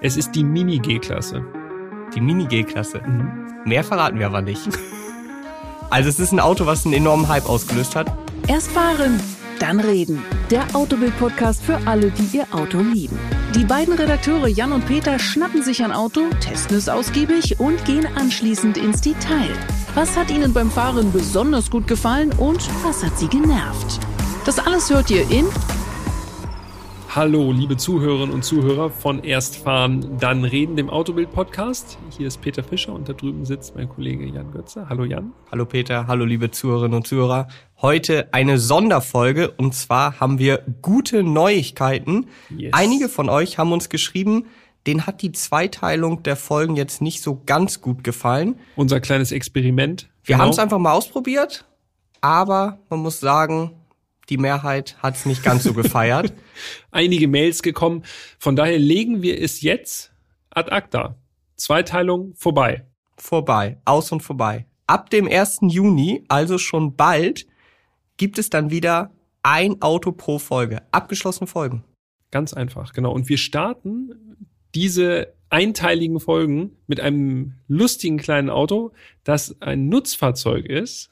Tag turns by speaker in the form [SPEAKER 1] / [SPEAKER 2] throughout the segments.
[SPEAKER 1] Es ist die Mini-G-Klasse.
[SPEAKER 2] Die Mini-G-Klasse.
[SPEAKER 1] Mhm.
[SPEAKER 2] Mehr verraten wir aber nicht. Also es ist ein Auto, was einen enormen Hype ausgelöst hat.
[SPEAKER 3] Erst fahren, dann reden. Der Autobild-Podcast für alle, die ihr Auto lieben. Die beiden Redakteure Jan und Peter schnappen sich ein Auto, testen es ausgiebig und gehen anschließend ins Detail. Was hat ihnen beim Fahren besonders gut gefallen und was hat sie genervt? Das alles hört ihr in
[SPEAKER 1] Hallo, liebe Zuhörerinnen und Zuhörer von Erst fahren, dann reden, dem Autobild-Podcast. Hier ist Peter Fischer und da drüben sitzt mein Kollege Jan Götze. Hallo Jan.
[SPEAKER 2] Hallo Peter, hallo liebe Zuhörerinnen und Zuhörer. Heute eine Sonderfolge und zwar haben wir gute Neuigkeiten.
[SPEAKER 1] Yes.
[SPEAKER 2] Einige von euch haben uns geschrieben, denen hat die Zweiteilung der Folgen jetzt nicht so ganz gut gefallen.
[SPEAKER 1] Unser kleines Experiment.
[SPEAKER 2] Wir
[SPEAKER 1] Genau.
[SPEAKER 2] haben es einfach mal ausprobiert, aber man muss sagen, die Mehrheit hat es nicht ganz so gefeiert.
[SPEAKER 1] einige Mails gekommen. Von daher legen wir es jetzt ad acta. Zweiteilung vorbei.
[SPEAKER 2] vorbei, aus und vorbei. Ab dem 1. Juni, also schon bald, gibt es dann wieder ein Auto pro Folge. Abgeschlossene Folgen.
[SPEAKER 1] Ganz einfach, genau. Und wir starten diese einteiligen Folgen mit einem lustigen kleinen Auto, das ein Nutzfahrzeug ist.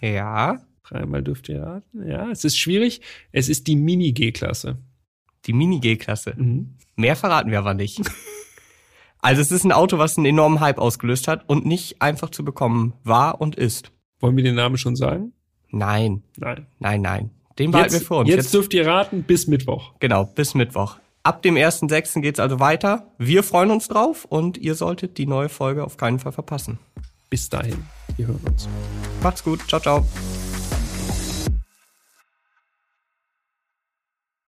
[SPEAKER 2] Ja.
[SPEAKER 1] Dreimal dürft ihr raten. Ja, es ist schwierig. Es ist die Mini-G-Klasse.
[SPEAKER 2] Die Mini-G-Klasse. Mehr verraten wir aber nicht. Also es ist ein Auto, was einen enormen Hype ausgelöst hat und nicht einfach zu bekommen war und ist.
[SPEAKER 1] Wollen wir den Namen schon sagen?
[SPEAKER 2] Nein,
[SPEAKER 1] Nein.
[SPEAKER 2] nein, nein. Den behalten
[SPEAKER 1] Jetzt,
[SPEAKER 2] wir für uns.
[SPEAKER 1] jetzt dürft ihr raten bis Mittwoch.
[SPEAKER 2] genau, bis Mittwoch. Ab dem 1.6. geht's also weiter. Wir freuen uns drauf und ihr solltet die neue Folge auf keinen Fall verpassen.
[SPEAKER 1] Bis dahin. Wir hören uns.
[SPEAKER 2] Macht's gut. Ciao, ciao.